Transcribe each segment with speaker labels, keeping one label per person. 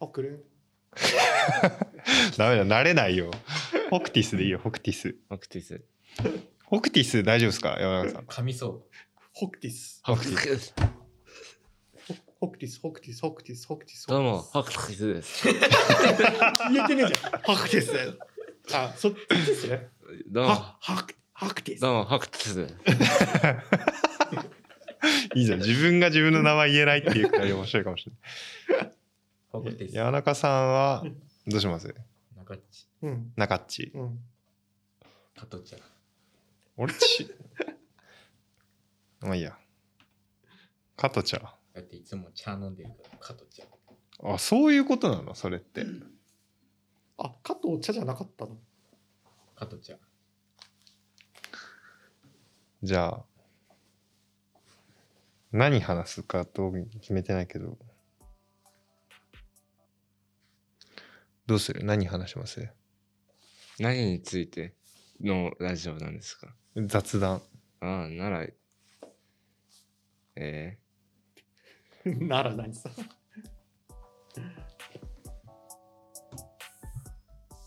Speaker 1: あくれ
Speaker 2: ダメだ、慣れないよ。ホクティスでいいよ、ホクティス。
Speaker 3: オクティス。
Speaker 2: ホクティス大丈夫ですか山中さん。
Speaker 4: 噛みそ
Speaker 1: ホクティス
Speaker 2: ホクティス。
Speaker 1: ホクティスホクティスホクティスホクティス
Speaker 3: どうも、オクティスです。
Speaker 1: 言えてねえじゃんホクティスあそっちですね
Speaker 3: どうも、
Speaker 1: はハクハクティス
Speaker 3: どうも、オクティスです。
Speaker 2: いいじゃん。自分が自分の名前言えないっていうくらい面白いかもし
Speaker 4: う。
Speaker 2: れ
Speaker 4: 僕
Speaker 2: な
Speaker 4: で
Speaker 2: い。
Speaker 4: す。
Speaker 2: 山中さんは、どうします
Speaker 4: なんかち、
Speaker 1: うん
Speaker 2: 中っち。
Speaker 1: うん
Speaker 4: 加藤ちゃん。
Speaker 2: 俺ち。まあいいや。加トちゃん。
Speaker 4: だっていつも茶飲んでるから、加藤ちゃん。
Speaker 2: あ、そういうことなのそれって。
Speaker 1: あ加藤茶じゃなかったの
Speaker 4: 加藤ちゃん。
Speaker 2: じゃあ、何話すかと決めてないけど。どうする何話します
Speaker 3: 何についてのラジオなんですか
Speaker 2: 雑談。
Speaker 3: ああ、なら、え
Speaker 1: ならないさ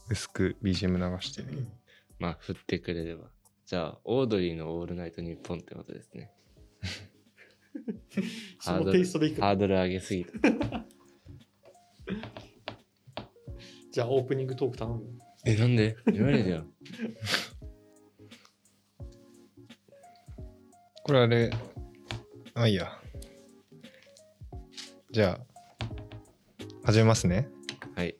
Speaker 2: 薄く BGM 流して、ね。
Speaker 3: えまあ、振ってくれれば。じゃあ、オードリーのオールナイトニッポンってことですね。
Speaker 1: そのテイストでいく
Speaker 3: ハードル上げすぎた。
Speaker 1: じゃあオープニングトーク頼むよ
Speaker 3: え、なんで言われるよ。
Speaker 2: これあれ、あ、いいや。じゃあ、始めますね。
Speaker 3: はい。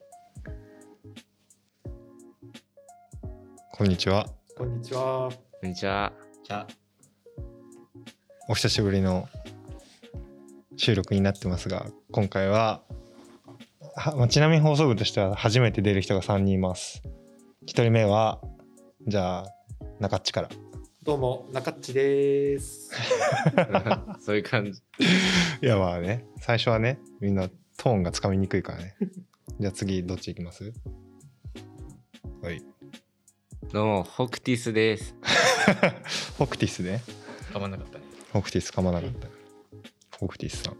Speaker 2: こんにちは。
Speaker 1: こんにちは
Speaker 3: こんにちは。
Speaker 4: 茶。
Speaker 2: お久しぶりの収録になってますが、今回は、はまあちなみに放送部としては初めて出る人が3人います。1人目は、じゃあ、中っちから。
Speaker 1: どうも中っちです
Speaker 3: そういう感じ。
Speaker 2: いやまあね、最初はね、みんなトーンがつかみにくいからね。じゃあ次、どっち行き ますはい。
Speaker 3: どうも、ホクティスです。
Speaker 2: ホクティスね。
Speaker 4: 噛まなかったね。
Speaker 2: ホクティス噛まなかった。ホクティスさん。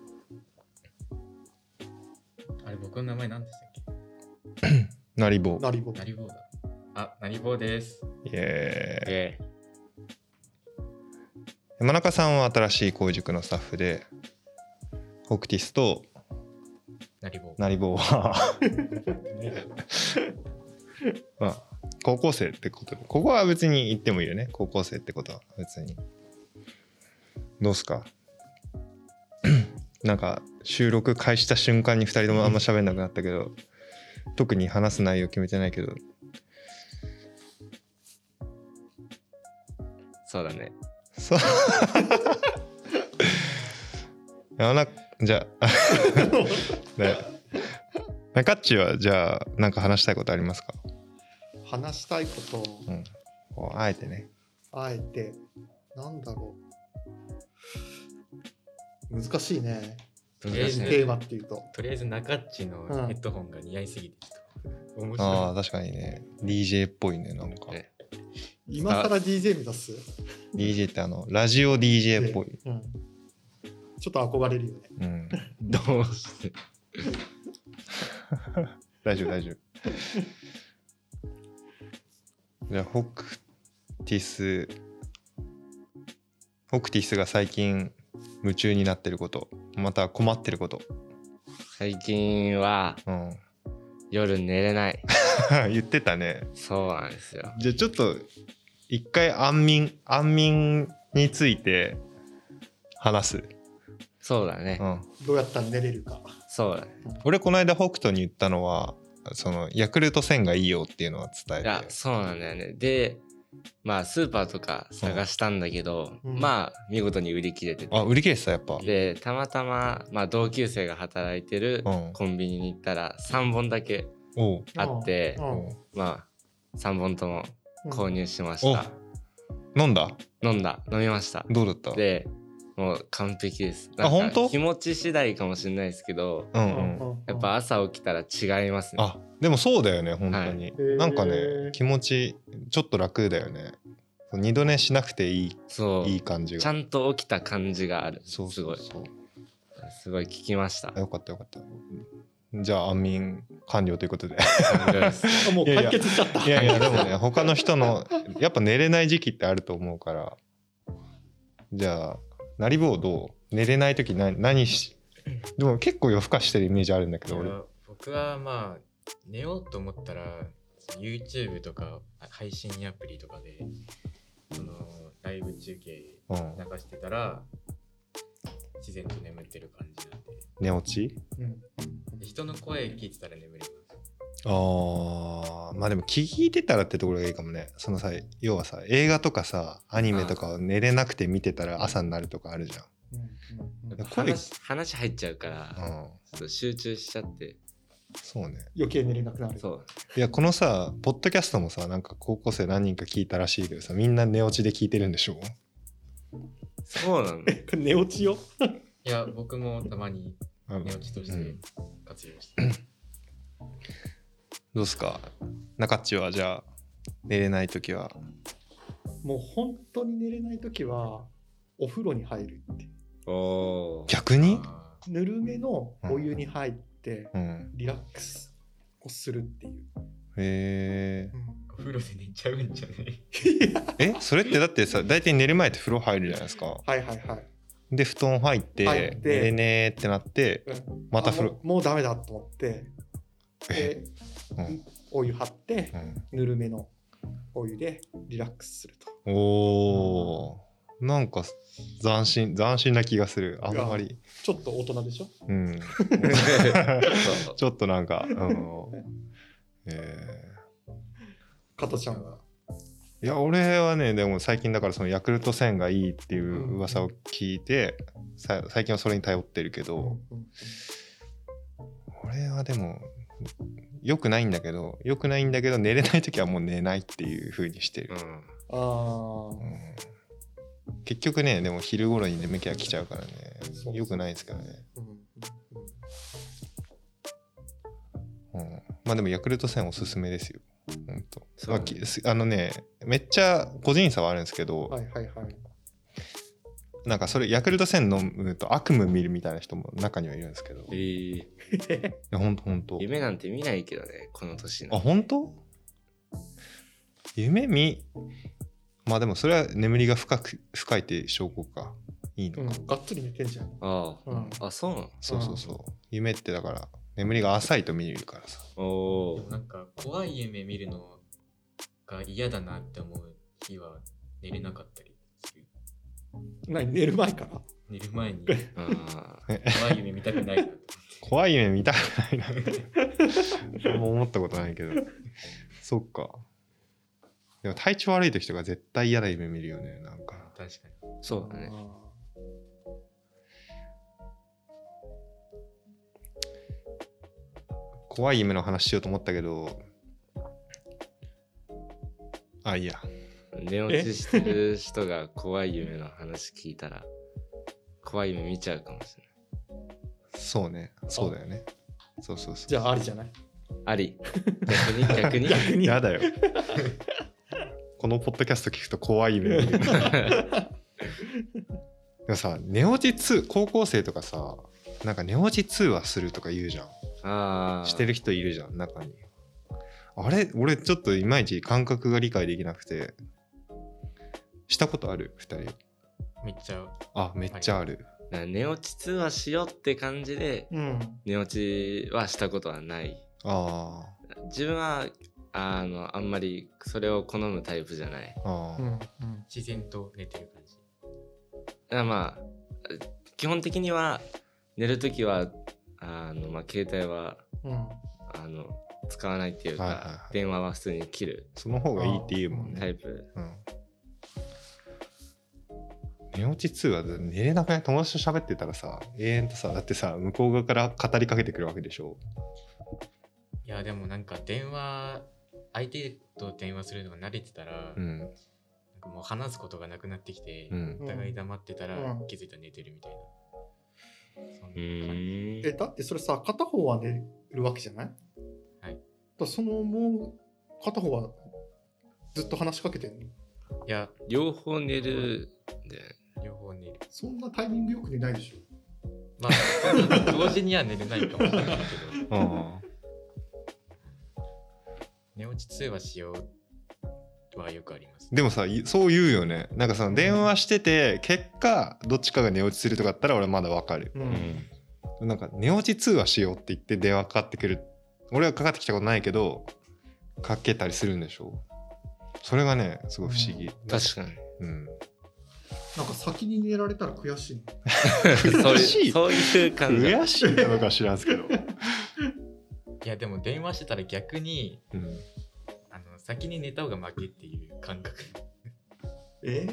Speaker 4: あれ、僕の名前何でしたっけ
Speaker 2: なりぼう。
Speaker 1: なりぼ
Speaker 4: なりぼうだ。あ、なりぼうです。
Speaker 2: イエーイ。
Speaker 3: え
Speaker 2: 山中さんは新しい工塾のスタッフで、ホクティスと
Speaker 4: なりぼう。
Speaker 2: なりぼう は、まあ、高校生ってことで、ここは別に行ってもいいよね。高校生ってことは別に。どうっすか なんか収録開始した瞬間に2人ともあんま喋んなくなったけど、特に話す内容決めてないけど、
Speaker 3: えそうだね。
Speaker 2: そう。 山中じゃあ、 ね、中っちはじゃあ、なんか話したいことありますか
Speaker 1: 話したいことを
Speaker 2: こうあえてね。
Speaker 1: あえてなんだろう難しいね
Speaker 3: 難
Speaker 4: え
Speaker 3: しい
Speaker 4: ね
Speaker 3: ね。
Speaker 1: テーマっていうと
Speaker 4: とりあえず、中っちの
Speaker 1: うん
Speaker 4: ヘッドホンが似合いすぎてきた。面
Speaker 2: あ
Speaker 4: 白
Speaker 2: あ、確かにね。DJ っぽいね、なんか。
Speaker 3: ね
Speaker 1: 今更 DJ 目指す、
Speaker 2: DJ ってあの、ラジオ DJ っぽい。
Speaker 1: うん、ちょっと憧れるよね
Speaker 2: うん。
Speaker 3: どうして
Speaker 2: 大丈夫、大丈夫。 じゃあ、ホクティス、ホクティスが最近夢中になってること、また困ってること。
Speaker 3: 最近は
Speaker 2: うん。
Speaker 3: 夜寝れない。
Speaker 2: 言ってたね。
Speaker 3: そうなんですよ。
Speaker 2: じゃあ、ちょっと、一回安眠、安眠について話す。
Speaker 3: そうだね
Speaker 2: う。ん。
Speaker 1: どうやったら寝れるか
Speaker 3: そうだね。
Speaker 2: 俺この間北斗に言ったのはそのヤクルト1000がいいよっていうのは伝え
Speaker 3: い
Speaker 2: て
Speaker 3: や、そうなんだよね。で、まあ、スーパーとか探したんだけど、
Speaker 1: うん
Speaker 3: まあ、見事に売り切れてて。
Speaker 2: あ売り切れてたやっぱ
Speaker 3: で、たまたま、まあ、同級生が働いてる
Speaker 2: うん
Speaker 3: コンビニに行ったら、3本だけ
Speaker 2: おう
Speaker 3: あって、
Speaker 1: うん
Speaker 2: おう
Speaker 3: まあ、3本とも
Speaker 1: うん
Speaker 3: 購入しました。
Speaker 2: 飲んだ
Speaker 3: 飲んだ、飲みました。
Speaker 2: どうだった
Speaker 3: で、もう完璧です。
Speaker 2: あ
Speaker 3: なんか
Speaker 2: 本当
Speaker 3: 気持ち次第かもしれないですけど、
Speaker 2: うん
Speaker 1: う
Speaker 2: うん、
Speaker 1: ん
Speaker 3: やっぱ朝起きたら違いますね。
Speaker 2: あでもそうだよね本当に、
Speaker 1: はい
Speaker 2: なんか
Speaker 1: へ
Speaker 2: ね
Speaker 1: ー
Speaker 2: 気持ちちょっと楽だよねそう二度寝しなくていい
Speaker 3: そう。
Speaker 2: いい感じ
Speaker 3: ちゃ
Speaker 2: が
Speaker 3: んと起きた感じがある。
Speaker 2: そう
Speaker 3: す
Speaker 2: そ
Speaker 3: ご
Speaker 2: う
Speaker 3: い。
Speaker 2: そう
Speaker 3: すごい聞きました
Speaker 2: あ。よかったよかったじゃあ安眠完了ということで
Speaker 1: あもう
Speaker 2: いやいや
Speaker 1: 解決しちゃった
Speaker 2: いやいやでもね他の人のやっぱ寝れない時期ってあると思うからじゃあなりぼうどう寝れない時何何しでも結構夜更かしてるイメージあるんだけど俺
Speaker 4: 僕はまあ寝ようと思ったら YouTube とかあ配信アプリとかでそのライブ中継
Speaker 2: うん
Speaker 4: 流してたら自然と眠ってる感じなん
Speaker 2: 寝落ち
Speaker 1: うん
Speaker 4: で人の声聞いてたら眠れます
Speaker 2: あーまあでも聞いてたらってところがいいかもねそのさ要はさ映画とかさアニメとかを寝れなくて見てたら朝になるとかあるじ
Speaker 1: うんうん
Speaker 2: 声
Speaker 3: 話話入っちゃうか
Speaker 2: ゃん、う
Speaker 3: ら、
Speaker 2: ん、
Speaker 3: ちょっと集中しちゃって。
Speaker 2: そうね
Speaker 1: 余計寝れなくなる
Speaker 3: そう。
Speaker 2: いやこのさポッドキャストもさなんか高校生何人か聞いたらしいけどさみんな寝落ちで聞いてるんでしょ
Speaker 3: そう なの。
Speaker 1: 寝落ちよ
Speaker 4: いや僕もたまに
Speaker 2: あの
Speaker 4: 寝落ちとし
Speaker 2: う
Speaker 4: て
Speaker 2: ん
Speaker 4: 活用して、
Speaker 2: どうすか中っちはじゃあ寝れない時は
Speaker 1: もう本当に寝れない時はお風呂に入るって
Speaker 3: お ー。
Speaker 2: 逆に
Speaker 4: あ
Speaker 1: ぬるめのお湯に入って
Speaker 2: うん
Speaker 1: リラックスをするっていう、
Speaker 2: へ
Speaker 4: ーお風呂で寝ちゃうんじゃない
Speaker 2: ーえそれってだってさ大体寝る前って風呂入るじゃないですか
Speaker 1: はいはいはい、
Speaker 2: で布団入って
Speaker 1: 入って
Speaker 2: 寝れねえってなって
Speaker 1: うん
Speaker 2: また
Speaker 1: あ
Speaker 2: 風
Speaker 1: も
Speaker 2: 呂
Speaker 1: うもうダメだと思ってで、
Speaker 2: うん
Speaker 1: お湯張って
Speaker 2: うん
Speaker 1: ぬるめのお湯でリラックスすると
Speaker 2: おおーなんか斬新斬新な気がするあんまり
Speaker 1: ちょっと大人でしょ
Speaker 2: うん
Speaker 3: そう
Speaker 2: ちょっとなんかうんえ
Speaker 1: 加トちゃんは、
Speaker 2: ーいや俺はねでも最近だからそのヤクルト1000がいいっていう噂を聞いてさ最近はそれに頼ってるけど、
Speaker 1: うん
Speaker 2: 俺はでも良くないんだけど良くないんだけど寝れない時はもう寝ないっていう風にしてる、
Speaker 3: うん。
Speaker 1: ああ、
Speaker 2: うん結局ねでも昼頃に眠気が来ちゃうからね
Speaker 1: そう
Speaker 2: 良くないですからね、
Speaker 1: うんうん
Speaker 2: うん、まあでもヤクルト1000おすすめですよほんと
Speaker 3: そう
Speaker 2: まあきすあのねめっちゃ個人差はあるんですけど、
Speaker 1: はいはいはい
Speaker 2: なんかそれヤクルト1000飲むと悪夢見るみたいな人も中にはいるんですけど
Speaker 3: え
Speaker 2: い
Speaker 3: ー
Speaker 2: やほんとほんと
Speaker 3: 夢なんて見ないけどね、この年
Speaker 2: あ
Speaker 3: の。
Speaker 2: 本当夢見まあでもそれは眠りが深く深いって証拠かいいのか、
Speaker 1: うんがっつり寝てんじゃん、
Speaker 3: あ
Speaker 1: うん
Speaker 3: あ。あ、そうなの
Speaker 2: そうそうそう、夢ってだから眠りが浅いと見えるからさ
Speaker 3: お
Speaker 4: でも
Speaker 3: ー。
Speaker 4: なんか怖い夢見るのが嫌だなって思う日は寝れなかったりする
Speaker 1: 何寝る前から
Speaker 4: 寝る前に
Speaker 3: あ
Speaker 4: 怖い夢見たくないなと思って
Speaker 2: 怖い夢見たくないなあんま思ったことないけどそっかでも体調悪い時とか絶対嫌な夢見るよねなんか
Speaker 4: 確か
Speaker 3: ー
Speaker 4: に
Speaker 3: そうだね。
Speaker 2: 怖い夢の話しようと思ったけどあいいや
Speaker 3: 寝落ちしてる人が怖い夢の話聞いたら、怖い夢見ちゃうかもしれ
Speaker 2: そうねそうだよねそうそうそう
Speaker 1: じゃあありじゃない
Speaker 3: ない。あり。逆に、逆に。
Speaker 2: やだよ。このポッドキャスト聞くと怖い 夢見るでもさ、寝落ち2、高校生とかさ、なんか寝落ち2はするとか言うじゃん。
Speaker 3: ああ。
Speaker 2: してる人いるじゃん、中に。あれ俺ちょっといまいち感覚が理解できなくて。したことある二人。
Speaker 4: めっちゃ
Speaker 2: あ、めっちゃある。
Speaker 3: だから寝落ち通話しようって感じで
Speaker 1: うん
Speaker 3: 寝落ちはしたことはない
Speaker 2: あ
Speaker 3: 自分はあのあんまりそれを好むタイプじゃない
Speaker 2: あ、ああ、
Speaker 1: うん
Speaker 4: 自然と寝てる感じ
Speaker 3: だからまあ基本的には寝る時はあの、まあ、携帯は
Speaker 1: うん
Speaker 3: あの使わないっていうか、
Speaker 2: はいはいはい
Speaker 3: 電話は普通に切る
Speaker 2: その方がいいって言うもん
Speaker 3: タ
Speaker 2: ね。
Speaker 3: イプ
Speaker 2: うん、寝落ち2は寝れなくない友達と喋ってたらさ永遠とさだってさ向こう側から語りかけてくるわけでしょ
Speaker 4: いやでもなんか電話相手と電話するのが慣れてたら、
Speaker 2: うん
Speaker 4: なんかもう話すことがなくなってきて、
Speaker 2: うん
Speaker 4: お互い黙ってたら、
Speaker 1: うん
Speaker 4: 気づいたら寝てるみたいなそん
Speaker 3: う
Speaker 4: な感じ
Speaker 3: ーん
Speaker 1: えだってそれさ片方は寝るわけじゃない
Speaker 4: は
Speaker 1: だ
Speaker 4: い
Speaker 1: からそのもう片方はずっと話しかけてんの
Speaker 4: いや
Speaker 3: 両方寝るんで
Speaker 4: 両方寝る
Speaker 1: そんなタイミングよく寝ないでしょ
Speaker 4: まあ 同時には寝れないかもしれないけど
Speaker 2: うん
Speaker 4: 寝落ち通話しようはよくあります
Speaker 2: でもさいそう言うよねなんかその電話してて結果どっちかが寝落ちするとかだったら俺まだわかる
Speaker 1: う
Speaker 3: うんん
Speaker 2: なんか寝落ち通話しようって言って電話かかってくる俺はかかってきたことないけどかけたりするんでしょそれがねすごい不思議、
Speaker 3: 確か に。
Speaker 2: うん、
Speaker 1: なんか先に寝られたら悔しいね
Speaker 3: そう
Speaker 2: 悔
Speaker 3: い
Speaker 2: し
Speaker 3: う
Speaker 2: い
Speaker 3: そういう感じ。
Speaker 2: 悔しいなのか知らんすけど、
Speaker 4: いやでも電話してたら逆に
Speaker 2: うん、
Speaker 4: あの先に寝た方が負けっていう感覚
Speaker 1: え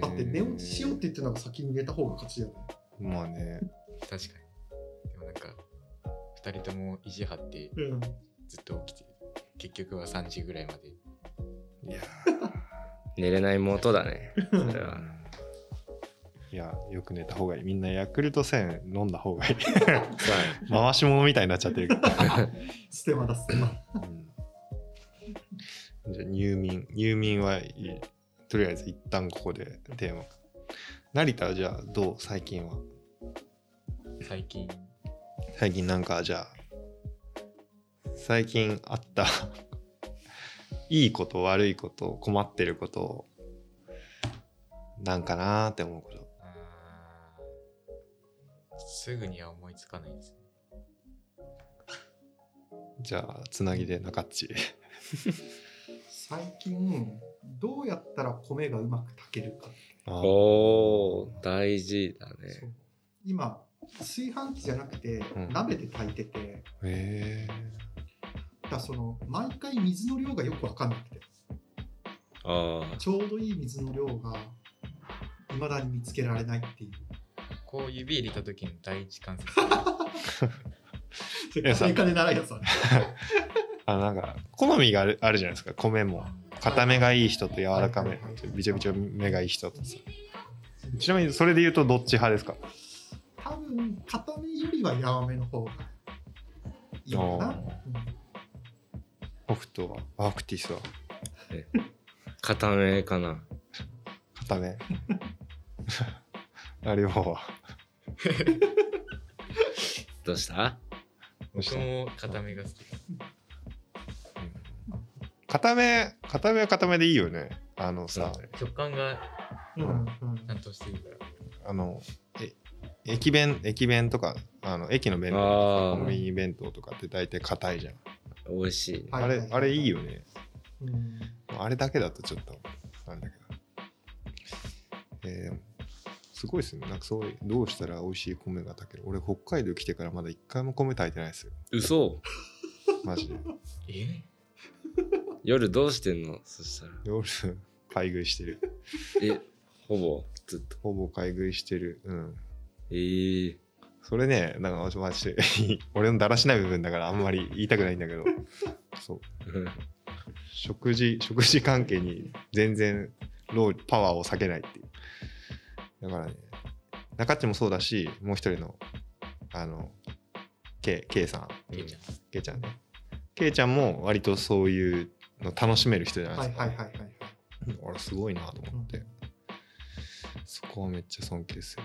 Speaker 1: ー、
Speaker 2: ー
Speaker 1: だって寝落ちしようって言ってなんか先に寝た方が勝ちだよね
Speaker 2: まあね
Speaker 4: 確かにでもなんか2人とも意地張って
Speaker 1: うん
Speaker 4: ずっと起きて結局は3時ぐらいまで
Speaker 2: いや
Speaker 3: 寝れない元だね。そ れは。
Speaker 2: いやよく寝た方がいいみんなヤクルト1000飲んだ方がいい
Speaker 3: そうだね
Speaker 2: 回し物みたいになっちゃってるから
Speaker 1: ステマだステマ
Speaker 2: うんじゃあ入眠入眠はいいとりあえず一旦ここでテーマ成田はじゃあどう最近は
Speaker 4: 最近
Speaker 2: 最近なんかじゃあ最近あった いいこと悪いこと困ってることなんかなーって思うこと
Speaker 4: あーすぐには思いつかないですね
Speaker 2: じゃあつなぎで中っち
Speaker 1: 最近どうやったら米がうまく炊けるか、
Speaker 2: あー
Speaker 3: おお大事だ
Speaker 1: そ
Speaker 3: ね。
Speaker 1: う今炊飯器じゃなくて
Speaker 2: うん
Speaker 1: 鍋で炊いてて、
Speaker 2: へえ
Speaker 1: だからその毎回水の量がよく分かんなくて
Speaker 3: ああ。
Speaker 1: ちょうどいい水の量が未だに見つけられないっていう
Speaker 4: こう指入れた時の第一 関節
Speaker 1: そ
Speaker 2: いや
Speaker 1: れ
Speaker 2: さ
Speaker 1: 金で習いやつだね
Speaker 2: あなんか好みがあるあるじゃないですか米も固めがいい人と柔らかめびちょびちょ目がいい人とさちなみにそれで言うとどっち派ですか
Speaker 1: 多分固めよりはやわめの方がいいのかな、うん
Speaker 2: 北斗はアクティスは
Speaker 3: 固めかな。
Speaker 2: 固め あ両方は
Speaker 3: どうした
Speaker 2: どうし
Speaker 4: 僕
Speaker 2: た
Speaker 4: も固めが好きです
Speaker 2: 固め固めは固めでいいよねあのさ、
Speaker 4: 食感が
Speaker 1: うん
Speaker 4: ちゃんとしてるから
Speaker 2: あのえ駅弁駅弁とかあの駅の弁当
Speaker 3: あ
Speaker 2: コ
Speaker 3: あ
Speaker 2: ンビニ弁当とかって大体硬いじゃん、
Speaker 3: 美味しい。
Speaker 1: はい
Speaker 2: あれあれいいよね
Speaker 1: うんうん
Speaker 2: あれだけだとちょっとあれだけど。えーでもすごいですね。なんかそういうどうしたら美味しい米が炊ける。俺、北海道来てからまだ一回も米炊いてないですよ。
Speaker 3: 嘘
Speaker 2: マジで。
Speaker 4: え
Speaker 3: 夜どうしてんのそしたら。
Speaker 2: 夜、 買い食いしてる。
Speaker 3: え、ほぼずっと。
Speaker 2: ほぼ買い食いしてる。うん。
Speaker 3: えー、
Speaker 2: それね、なんかマジで、 俺のだらしない部分だからあんまり言いたくないんだけど、そう。食事、食事関係に全然ローパワーを避けないっていう。だからね、中っちもそうだし、もう一人の、あの、ケイケイさん、
Speaker 4: えちゃん
Speaker 2: ケイちゃんね。ケイちゃんも割とそういうの楽しめる人じゃな
Speaker 1: はいい
Speaker 2: ですか。
Speaker 1: はいはいはい
Speaker 2: あれすごいなと思って、そこはめっちゃ尊敬する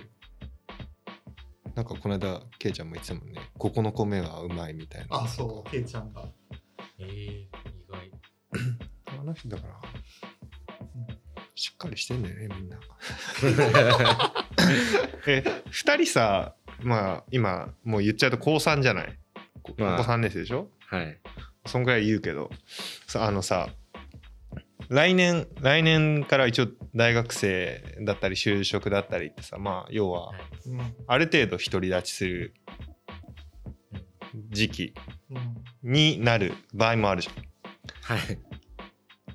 Speaker 2: なんかこの間ケイちゃんも言ってたもんねここの米はうまいみたいな
Speaker 1: あそうけいちゃんが
Speaker 4: えー、意外
Speaker 2: あの人だからしっかりしてんだよねみんなえ二人さまあ今もう言っちゃうと高3じゃないこ高
Speaker 3: まあ
Speaker 2: 3年生でしょ
Speaker 3: はい。
Speaker 2: そんぐらい言うけどさあのさ来年来年から一応大学生だったり就職だったりってさまあ要は
Speaker 4: はい
Speaker 1: うん
Speaker 2: ある程度独り立ちする時期
Speaker 1: うん
Speaker 2: になる場合もあるじ
Speaker 3: はい。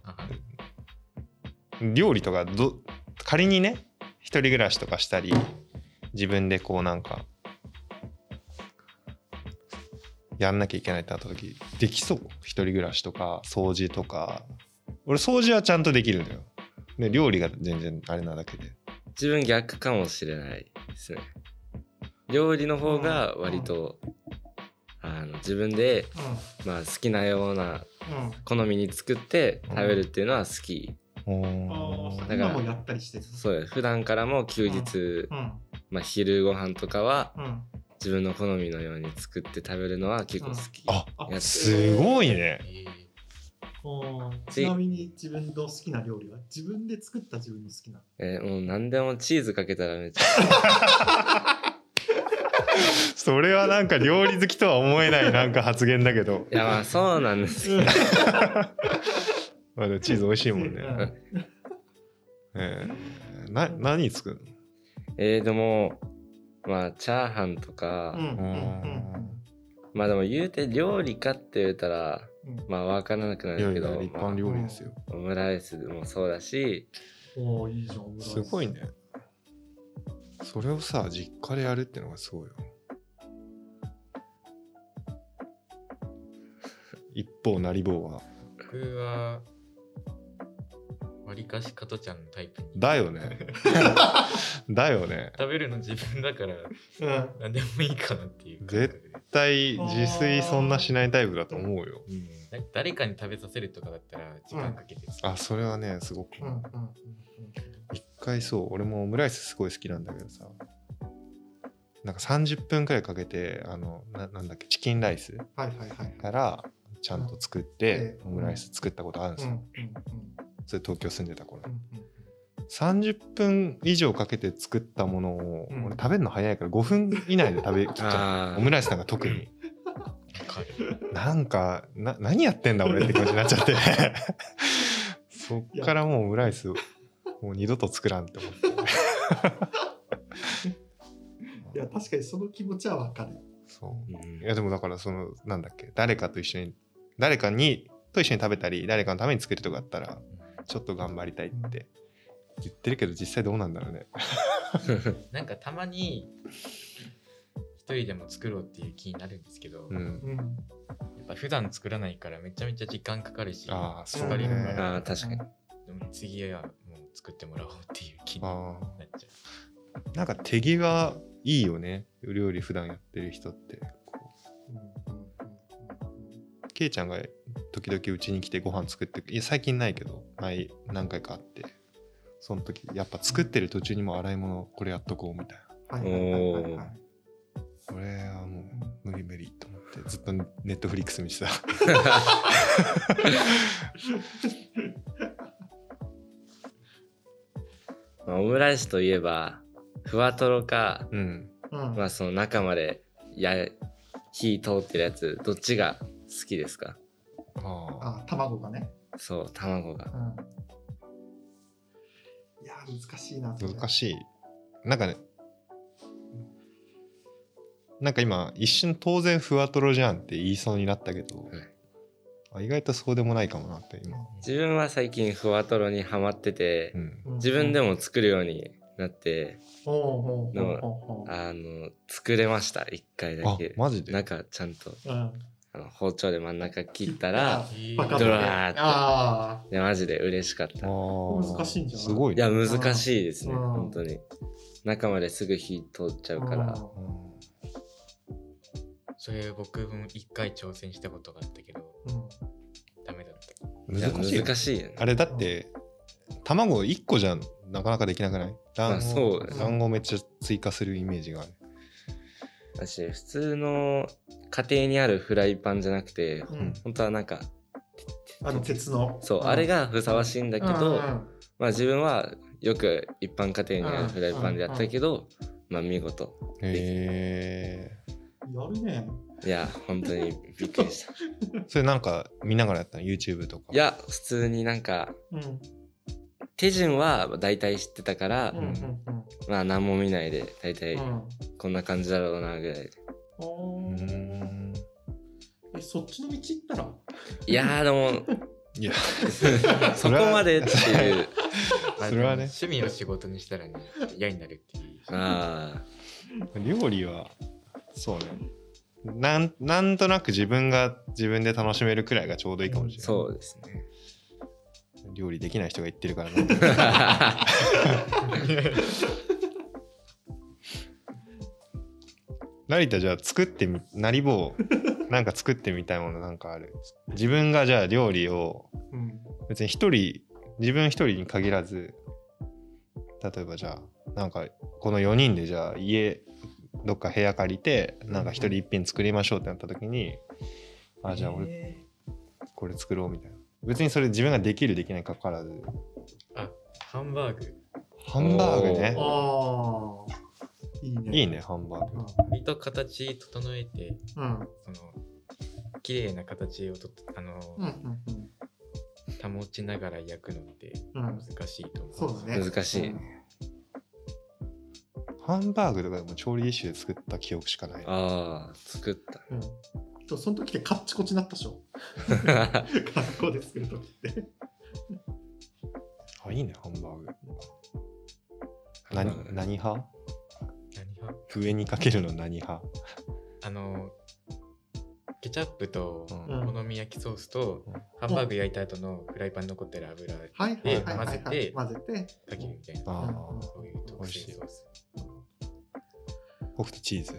Speaker 4: あ
Speaker 2: ゃん料理とかど仮にね一人暮らしとかしたり自分でこうなんかやんなきゃいけないってなった時できそう一人暮らしとか掃除とか俺掃除はちゃんとできるのよで料理が全然あれなだけで
Speaker 3: 自分逆かもしれないですね。料理の方が割と、あの自分で、まあ、好きなような
Speaker 1: うんうん
Speaker 3: 好みに作って食べるっていうのは好き。
Speaker 2: おー
Speaker 1: あ
Speaker 3: だ
Speaker 1: あ
Speaker 3: から
Speaker 1: 今もやったりしてる
Speaker 3: そうです。普段からも休日
Speaker 1: うん
Speaker 3: まあ、昼ご飯とかは
Speaker 1: うん
Speaker 3: 自分の好みのように作って食べるのは結構好き、
Speaker 2: あ
Speaker 1: あ
Speaker 3: やっ
Speaker 2: すごいね
Speaker 4: えー
Speaker 1: おー
Speaker 3: つい
Speaker 1: ちなみに自分の好きな料理は自分で作った自分の好きな
Speaker 3: えもう何でもチーズかけたらめっちゃ
Speaker 2: それはなんか料理好きとは思えないなんか発言だけど
Speaker 3: いやまあそうなんですけど
Speaker 2: まあでもチーズ美味しいもん
Speaker 1: うん
Speaker 2: ね、えーな何作る
Speaker 3: えー、でもまあチャーハンとか、
Speaker 1: うんうん
Speaker 3: まあでも言うて料理かって言うたら
Speaker 1: うん
Speaker 3: まあ分からなくな
Speaker 2: のいやい
Speaker 3: るけど、
Speaker 2: や立
Speaker 3: まあ
Speaker 2: 派な料理ですよ、
Speaker 3: オムライスもそうだし
Speaker 1: うんおーいいじゃんオムライス
Speaker 2: すごいねそれをさ実家でやるってのがすごいよ 一方なりぼうは
Speaker 4: 僕は、わりかし加トちゃんのタイプに。
Speaker 2: だ よねだよね
Speaker 4: 食べるの自分だか
Speaker 1: う
Speaker 4: ら、
Speaker 1: ん
Speaker 4: 何でもいいかなっていう感覚で。
Speaker 2: 絶対自炊そんなしないタイプだと思うよ
Speaker 4: うんなんか誰かに食べさせるとかだったら、時間かけて作る
Speaker 2: あそれはねすごく
Speaker 1: うんうんうん
Speaker 2: 一回そう俺もオムライスすごい好きなんだけどさなんか30分くらいかけてあのななんだっけチキンライス
Speaker 1: はいはいはい
Speaker 2: からちゃんと作って
Speaker 1: う
Speaker 2: オ
Speaker 1: ん
Speaker 2: ムライス作ったことあるんで
Speaker 1: う
Speaker 2: す
Speaker 1: んうん
Speaker 2: よ、
Speaker 1: うん
Speaker 2: それ東京住んでた頃
Speaker 1: うん
Speaker 2: 30分以上かけて作ったものを、
Speaker 1: うん
Speaker 2: 俺食べるの早いから5分以内で食 べきっちゃう
Speaker 3: あ
Speaker 2: オムライスなんか特に
Speaker 4: わかる。
Speaker 2: なんかな何やってんだ俺って気持ちになっちゃ ってそっからもうオムライスもう二度と作らんって思って
Speaker 1: いや確かにその気持ちはわかる
Speaker 2: そう
Speaker 3: ー、
Speaker 2: いやでもだからそのなんだっけ誰かと一緒に誰かにと一緒に食べたり誰かのために作るとかあったらちょっと頑張りたいって言ってるけど実際どうなんだろうね
Speaker 4: なんかたまに、一人でも作ろうっていう気になるんですけど、
Speaker 2: う
Speaker 4: や
Speaker 2: ん
Speaker 1: うん
Speaker 4: っぱ普段作らないからめちゃめちゃ時間かかるし、
Speaker 2: ああそう
Speaker 1: わか
Speaker 2: ね
Speaker 1: りま
Speaker 3: うん、あー確かに
Speaker 4: でも次はもう作ってもらおうっていう気になっ
Speaker 2: あ
Speaker 4: ちゃ
Speaker 2: ーなんか手際いいよね料理普段やってる人ってこ
Speaker 1: うんうん
Speaker 2: うケイちゃんが時々うちに来てご飯作っていや最近ないけど前何回かあってその時やっぱ作ってる途中にも洗い物これやっとこうみたいな
Speaker 1: はいはいはいはいはい
Speaker 2: これはもう無理無理と思ってずっとネットフリックス見てた
Speaker 3: まあオムライスといえばふわとろか、
Speaker 2: うん
Speaker 1: うん
Speaker 3: まあ、その中までや火通ってるやつどっちが好きですか
Speaker 2: ああ
Speaker 1: あ卵がね
Speaker 3: そう卵が
Speaker 1: うんいや難しいな
Speaker 2: 難
Speaker 1: し
Speaker 2: しいなんかねなんか今一瞬当然ふわとろじゃんって言いそうになったけど、あ意外とそうでもないかもなって今、
Speaker 3: 自分は最近ふわとろにハマってて、
Speaker 2: うん、
Speaker 3: 自分で
Speaker 1: も
Speaker 3: も作るようになって、
Speaker 1: ほうほうほうほうほう
Speaker 3: あの作れました一回だ
Speaker 2: あ
Speaker 3: け
Speaker 2: マジで
Speaker 3: 中ちゃんと
Speaker 1: うん
Speaker 3: あの包丁で真ん中切ったら
Speaker 4: う。
Speaker 1: バカ
Speaker 3: ド
Speaker 1: だね
Speaker 3: ラーって
Speaker 1: あ
Speaker 3: いやマジで嬉しかったい
Speaker 2: 難
Speaker 1: 難しいんじゃない
Speaker 2: すごいね
Speaker 3: や難しいですね
Speaker 1: うん
Speaker 3: 本当に中まですぐ火通っち
Speaker 1: あ
Speaker 3: ゃうから
Speaker 2: うん
Speaker 4: それ僕も一回挑戦したことがあったけど、
Speaker 1: うん
Speaker 4: ダメだった。
Speaker 3: いや
Speaker 2: 難しいよ
Speaker 3: 難しいよね
Speaker 2: あれだって卵1個じゃなかなかできなくない
Speaker 3: ま
Speaker 2: 団
Speaker 3: あ
Speaker 2: 子、
Speaker 3: そうね
Speaker 2: 団子めっちゃ追加するイメージがある
Speaker 3: 私普通の家庭にあるフライパンじゃなくて
Speaker 1: うん
Speaker 3: 本当はなんか
Speaker 1: あの鉄の
Speaker 3: そうあれがふさわしいんだ
Speaker 1: だ
Speaker 3: けどまあ自分はよく一般家庭にあるフライパンでやったけどまあ見事
Speaker 2: へえ
Speaker 1: やるね
Speaker 3: いや本当にびっく りした
Speaker 2: それなんか見ながらやったの YouTube とか
Speaker 3: いや普通になんか
Speaker 1: うんうん
Speaker 3: 手順は大体知ってたから、
Speaker 1: うんうん
Speaker 3: まあ何も見ないで大体
Speaker 1: うん
Speaker 3: こんな感じだろうなぐらいで、
Speaker 2: う
Speaker 1: お
Speaker 2: ー
Speaker 1: ー
Speaker 2: ん
Speaker 1: えそっちの道行ったら
Speaker 3: いやーでも
Speaker 2: いや
Speaker 3: そこまでっていう
Speaker 4: まあ
Speaker 2: それはね
Speaker 4: 趣味を仕事にしたらね、嫌になるっていう。
Speaker 3: あ
Speaker 2: 料理はそうねなんなんとなく自分が自分で楽しめるくらいがちょうどいいかもし
Speaker 3: ー
Speaker 2: れ
Speaker 3: そうですね
Speaker 2: ない料理できない人が言ってるからな成田じゃあ作ってみなり ぼうなんか作ってみたいものなんかある自分がじゃあ料理を
Speaker 1: うん
Speaker 2: 別に一人自分一人に限らず例えばじゃあなんかこの4人でじゃあ家どっか部屋借りてなんか一人一品作りましょうってなった時にあじゃあ俺
Speaker 4: え
Speaker 2: これ作ろうみたいな別にそれ自分ができるできないかかわらず
Speaker 4: ーハンバーグ
Speaker 2: ハンバーグね
Speaker 1: ああ。いいね。
Speaker 2: いいね。ハンバーグ
Speaker 4: 割と形整えて
Speaker 1: うん。
Speaker 4: その綺麗な形をとっあの、
Speaker 1: うん。うん。うん。
Speaker 4: 保ちながら焼くのって
Speaker 1: うん。
Speaker 4: 難しいと思う。
Speaker 1: そうだね。
Speaker 3: 難しい
Speaker 2: ハンバーグとかでも調理一種で作った記憶しかないな
Speaker 3: ああ作った
Speaker 1: うん。そうその時ってカッチコチになったでしょ。学校で作る時って。
Speaker 2: あいいねハンバーグ
Speaker 3: ハンバーグ
Speaker 2: 何何派
Speaker 4: 何派
Speaker 2: 上にかけるの何派
Speaker 4: あのケチャップと
Speaker 2: うん
Speaker 1: うん
Speaker 4: お好み焼きソースと
Speaker 2: うん
Speaker 4: ハンバーグ焼いた後のフライパンに残ってる油か
Speaker 1: はいはいはいはい、は
Speaker 4: で
Speaker 1: い。混ぜて。
Speaker 4: けるみたいな
Speaker 2: あ
Speaker 1: うん
Speaker 2: ー
Speaker 4: そういう特製ソース。
Speaker 2: 北斗チーズ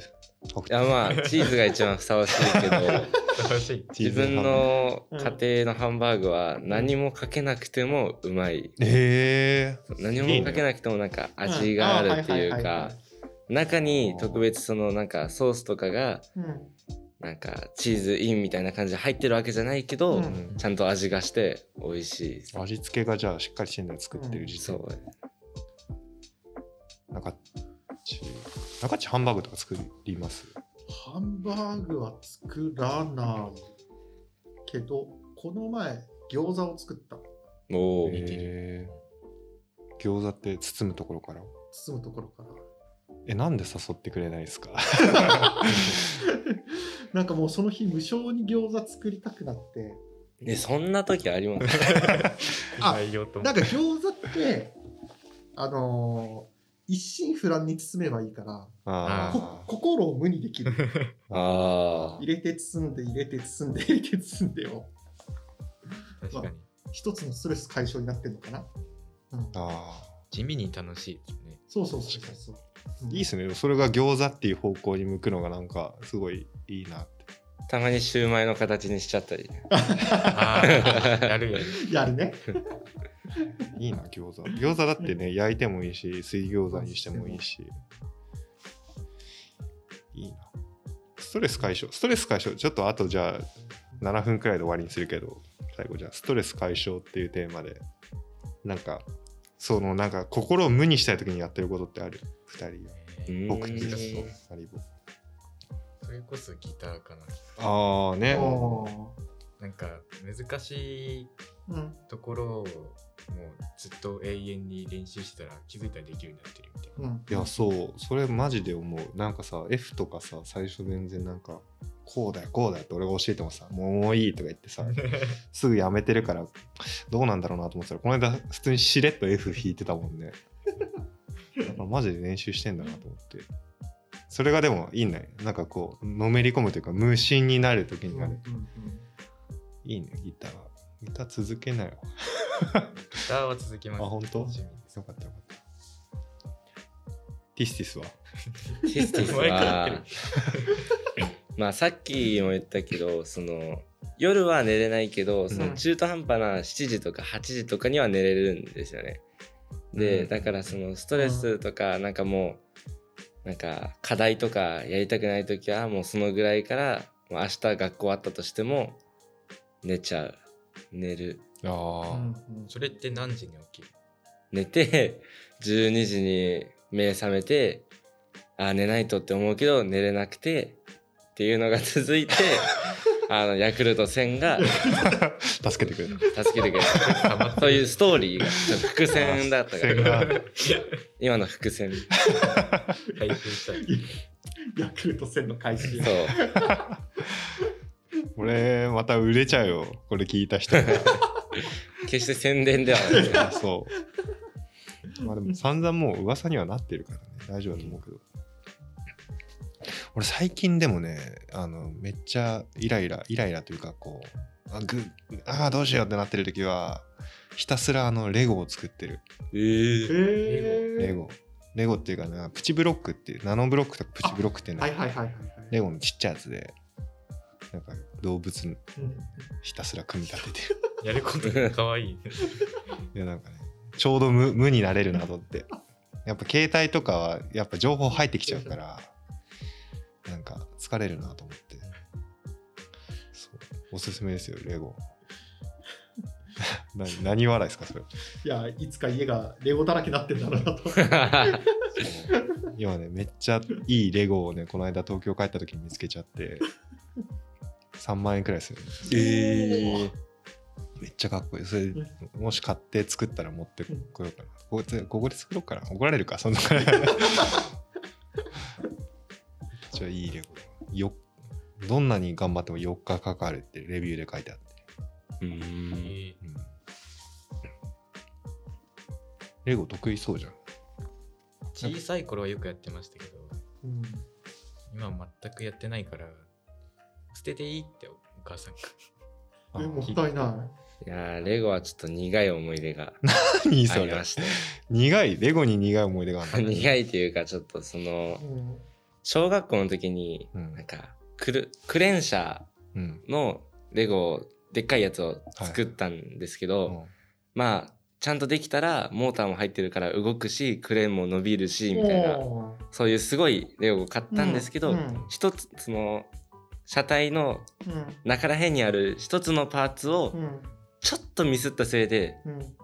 Speaker 2: 北
Speaker 3: いや
Speaker 2: 斗
Speaker 3: まあチーズが一番ふさわしいけど
Speaker 4: 楽しい。
Speaker 2: チ
Speaker 3: 自
Speaker 2: ーズ
Speaker 3: 分の
Speaker 1: うん
Speaker 3: 家庭のハンバーグは何もかけなくてもうまい
Speaker 2: え
Speaker 3: 何もかけなくてもなんか味
Speaker 1: うん
Speaker 3: があ
Speaker 1: ー
Speaker 3: るってい
Speaker 1: は
Speaker 3: う
Speaker 1: はは
Speaker 3: か
Speaker 1: は
Speaker 3: 中に特別そのなんかソースとかが
Speaker 1: うん
Speaker 3: なんかチーズインみたいな感じで入ってるわけじゃないけど、
Speaker 1: う
Speaker 2: ー
Speaker 1: ん
Speaker 3: ちゃんと味がして美味しいです
Speaker 2: うん味付けがじゃあしっかりしてるのを作ってる時
Speaker 3: そ
Speaker 2: 点
Speaker 3: う
Speaker 2: 中地中地ハンバーグとか作ります
Speaker 1: ハンバーグは作らないけど、この前、餃子を作った。
Speaker 3: おお、
Speaker 4: 似てる
Speaker 2: へー餃子って包むところから
Speaker 1: 包むところから。
Speaker 2: えなんで誘ってくれない ですか
Speaker 1: なんかもうその日無性に餃子作りたくなって
Speaker 3: えそんな時あります
Speaker 1: あ
Speaker 4: 内容とも
Speaker 1: なんか餃子ってあのー一心不乱に包めばいいからこ
Speaker 2: あ
Speaker 1: 心を無にできる
Speaker 3: ああ
Speaker 1: 入れて包んで入れて包んで入れて包んでを
Speaker 4: 確かに
Speaker 1: 一つのストレス解消になってるのかな、うん
Speaker 2: ー、あ
Speaker 4: 地味に楽しいです ね。
Speaker 1: そうそうそうそうそううん
Speaker 2: ーいいっすねそれが餃子っていう方向に向くのがなんかすごいいいなって
Speaker 3: たまにシューマイの形にしちゃったり
Speaker 4: ああ、やるよね。
Speaker 1: やるね
Speaker 2: いいな餃子餃子だってね焼いてもいいし水餃子にしてもいいしいいなストレス解消ストレス解消ちょっとあとじゃあ7分くらいで終わりにするけど最後じゃあストレス解消っていうテーマでなんかそのなんか心を無にしたい時にやってることってある2人は
Speaker 3: うん
Speaker 2: 僕って
Speaker 3: うん
Speaker 2: そうハリボ
Speaker 4: それこそギターかな。
Speaker 2: ああね
Speaker 1: おー
Speaker 4: なんか難しい
Speaker 1: うん
Speaker 4: ところをもうずっと永遠に練習してたら気づいたらできるようになってるみたいな。
Speaker 1: うん
Speaker 2: いやそうそれマジで思うなんかさ F とかさ最初全然なんかこうだよこうだよって俺が教えてもさもうもういいとか言って さすぐやめてるからどうなんだろうなと思ってたらこの間普通にしれっと F 弾いてたも んねだからマジで練習してんだなと思ってそれがでもいいんだよなんかこうのめり込むというか無心になる時
Speaker 1: うん
Speaker 2: に
Speaker 1: う
Speaker 2: あ
Speaker 1: ん
Speaker 2: る、いいねギターギター続けなよ
Speaker 4: ギターは続きます。
Speaker 2: あ本当
Speaker 4: 趣味です
Speaker 2: よかったよかったティスティスは
Speaker 3: ティスティス
Speaker 4: お前から
Speaker 3: はまあさっきも言ったけどその夜は寝れないけどその中途半端な7時とか8時とかには寝れるんですよね。で、
Speaker 2: うん
Speaker 3: だからそのストレスとかなんかもうなんか課題とかやりたくない時はもうそのぐらいからもう明日学校あったとしても寝ちゃう寝る
Speaker 2: ああ
Speaker 1: うんうん
Speaker 4: それって何時に起きる
Speaker 3: 寝て12時に目覚めてあ寝ないとって思うけど寝れなくてっていうのが続いてあのヤクルト1000が
Speaker 2: 助けてくれた
Speaker 3: 助けてくれたそういうストーリーがちょっと伏線だったか
Speaker 2: 伏線
Speaker 3: ら
Speaker 2: が
Speaker 3: 今の伏線そ
Speaker 4: 回復したい。
Speaker 1: ヤクルト戦の開始
Speaker 3: う
Speaker 2: これまた売れちゃうよこれ聞いた人
Speaker 3: 決して宣伝ではない です
Speaker 2: そうまあでも散々もう噂にはなってるからね大丈夫だと思うけど俺最近でもねあのめっちゃイライライライラというかこうあぐあーどうしようってなってる時はひたすらあのレゴを作ってる
Speaker 1: え
Speaker 3: え
Speaker 1: ー
Speaker 2: レゴレゴっていうかなプチブロックっていうナノブロックとかプチブロックっていうの
Speaker 1: は
Speaker 2: はい
Speaker 1: はいはいはいはい
Speaker 2: レゴのちっちゃいやつでなんか動
Speaker 1: う
Speaker 2: 物
Speaker 1: ん
Speaker 2: ひたすら組み立ててる
Speaker 4: やることが可愛い。
Speaker 2: いやなんかねちょうど無無になれるなと思ってやっぱ携帯とかはやっぱ情報入ってきちゃうからなんか疲れるなと思ってそうおすすめですよレゴ な何笑いですかそれ
Speaker 1: いや、いつか家がレゴだらけになってんだろうなと。
Speaker 2: そう今ねめっちゃいいレゴをねこの間東京帰った時に見つけちゃって3万円くらいする
Speaker 1: え
Speaker 2: めっちゃかっこいいそれもし買って作ったら持ってこようかなここでここで作ろうかな怒られるかそんなめっちゃいいレゴよどんなに頑張っても4日かかるってレビューで書いてあって、
Speaker 3: うん。
Speaker 4: えー
Speaker 2: うんレゴ得意そうじゃん
Speaker 4: 小さい頃はよくやってましたけど、
Speaker 1: うん、
Speaker 4: 今は全くやってないから、捨てていいってお母さんが。
Speaker 2: あ
Speaker 1: えもったいない
Speaker 3: やーレゴはちょっと苦い思い出が
Speaker 2: 何
Speaker 3: あ
Speaker 2: そ
Speaker 3: り
Speaker 2: れ
Speaker 3: まして。
Speaker 2: 苦いレゴに苦い思い出があるの
Speaker 3: 苦いというか、ちょっとその
Speaker 1: い。、うん
Speaker 3: 小学校の時に、
Speaker 2: うん
Speaker 3: なんか、クル、クレーン車
Speaker 2: うん
Speaker 3: のレゴ、でっかいやつを作ったんですけど、まあ、ちゃんとできたら、モーターも入ってるから動くし、クレーンも伸びるし、みたいな、
Speaker 1: お
Speaker 3: そういうすごいレゴを買っ
Speaker 1: ー
Speaker 3: たんですけど、
Speaker 1: うんうん
Speaker 3: 一つ、その、車体の中ら辺にある一つのパーツを
Speaker 1: う、ん
Speaker 3: ちょっとミスったせいで、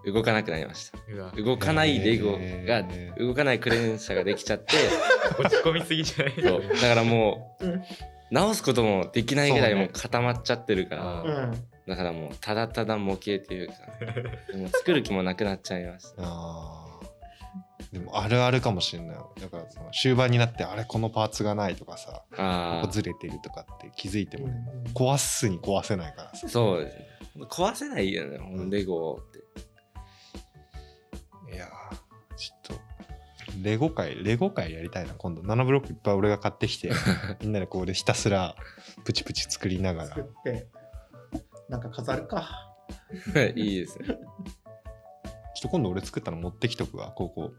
Speaker 1: うん
Speaker 3: 動かなくなりました。
Speaker 4: うわ、
Speaker 3: 動かないレゴが
Speaker 2: へー
Speaker 3: 動かないクレーン車ができち ゃって
Speaker 4: 落ち込みすぎじゃない
Speaker 3: そうだからもう
Speaker 1: うん
Speaker 3: 直すこともできないぐらい
Speaker 2: そうね
Speaker 3: もう固まっちゃってるから、
Speaker 4: あ
Speaker 1: う
Speaker 4: ー
Speaker 1: ん
Speaker 3: だからもうただただ模型という かもう作る気もなくなっちゃいました
Speaker 2: あーでもあるあるかもしれないだからその終盤になってあれこのパーツがないとかさこ
Speaker 3: あ
Speaker 2: こずれてるとかって気づいてもね、
Speaker 1: うん
Speaker 2: 壊すに壊せないからさ
Speaker 3: あそうですね壊せないよねこのレゴって
Speaker 2: いやーちょっとレゴ界レゴ界やりたいな今度7ブロックいっぱい俺が買ってきてみんなでこうでひたすらプチプチ作りながら
Speaker 1: 作ってなんか飾るか
Speaker 3: いいですね
Speaker 2: ちょっと今度俺作ったの持ってきとくわ、ここ。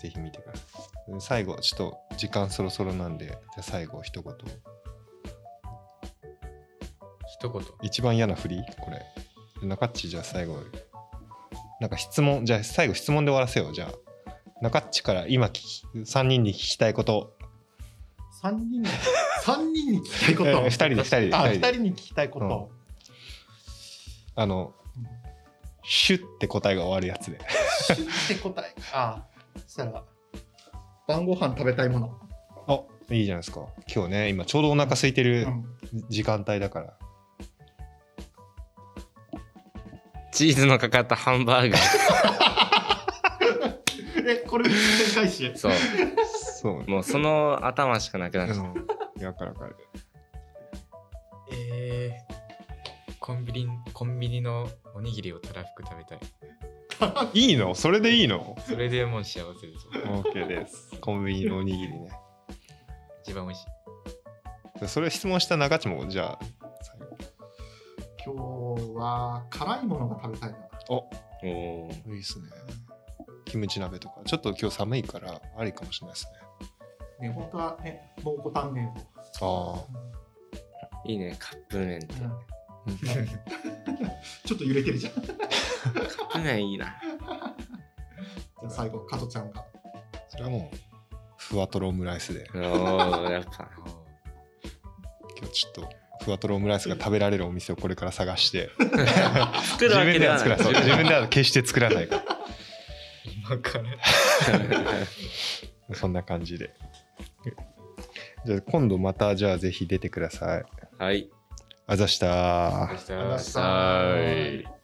Speaker 2: ぜひ見てください。最後、ちょっと時間そろそろなんで、じゃあ最後、一言。
Speaker 4: 一言。
Speaker 2: 一番嫌な振りこれ。中っち、じゃあ最後。なんか質問、じゃあ最後、質問で終わらせよう。じゃあ、中っちから今聞き、3人に聞きたいこと。
Speaker 1: 三人に三人に聞きたいこ
Speaker 2: え
Speaker 1: と
Speaker 2: ー二人で、二人で、
Speaker 1: あ二
Speaker 2: 二人で。
Speaker 1: 人に聞きたいこと、
Speaker 2: あの、シュッて答えが終わるや つで。
Speaker 1: シュッて答えあそしたら晩ご飯食べたいもの、
Speaker 2: あいいじゃないですか。今日ね、今ちょうどお腹空いてる
Speaker 1: うん
Speaker 2: 時間帯だから。
Speaker 3: チーズのかかったハンバ ーガー
Speaker 1: えこれ展開し
Speaker 3: そう
Speaker 2: そうね
Speaker 3: もうその頭しかなくなっちゃう
Speaker 2: うん、わかるわかる。
Speaker 4: えー、コンビニ、コンビニのおにぎりをたらふく食べたい。
Speaker 2: いいのそれでいいの
Speaker 4: それでもう幸せです。
Speaker 2: ?OK です。コンビニのおにぎりね。
Speaker 4: 一番美味しい。
Speaker 2: それ質問した中地も、じゃあ、最
Speaker 1: 今
Speaker 2: 後
Speaker 1: 日は辛いものが食べたいな
Speaker 3: おー
Speaker 2: いいですね。キムチ鍋とか、ちょっと今日寒いから、ありかもしれないですね。
Speaker 1: ね本当はね蒙古タンメンを
Speaker 2: あ
Speaker 3: いいねカップ麺って
Speaker 1: うん
Speaker 2: うん
Speaker 1: ちょっと揺れてるじゃん。じ
Speaker 3: カップ麺い いな
Speaker 1: ゃあ最後、加トちゃんが。
Speaker 2: あ、それはもう、ふわとろオムライスで、
Speaker 3: おーやっ ぱ
Speaker 4: あー
Speaker 2: 今日ちょっと、ふわとろオムライスが食べられるお店をこれから探 して、
Speaker 3: 作
Speaker 2: 自
Speaker 3: るわけ
Speaker 2: 分
Speaker 3: で
Speaker 2: で
Speaker 3: は
Speaker 2: は
Speaker 3: な
Speaker 2: 作ら
Speaker 3: い
Speaker 2: ない。そう自分では決して作らないか
Speaker 4: 今から。
Speaker 2: ら、そんな感じで。じゃあ、今度また、じゃあ、ぜひ出てください。
Speaker 3: はい
Speaker 2: あざし
Speaker 1: ありが
Speaker 2: た
Speaker 4: 明日
Speaker 1: とうございました
Speaker 3: はい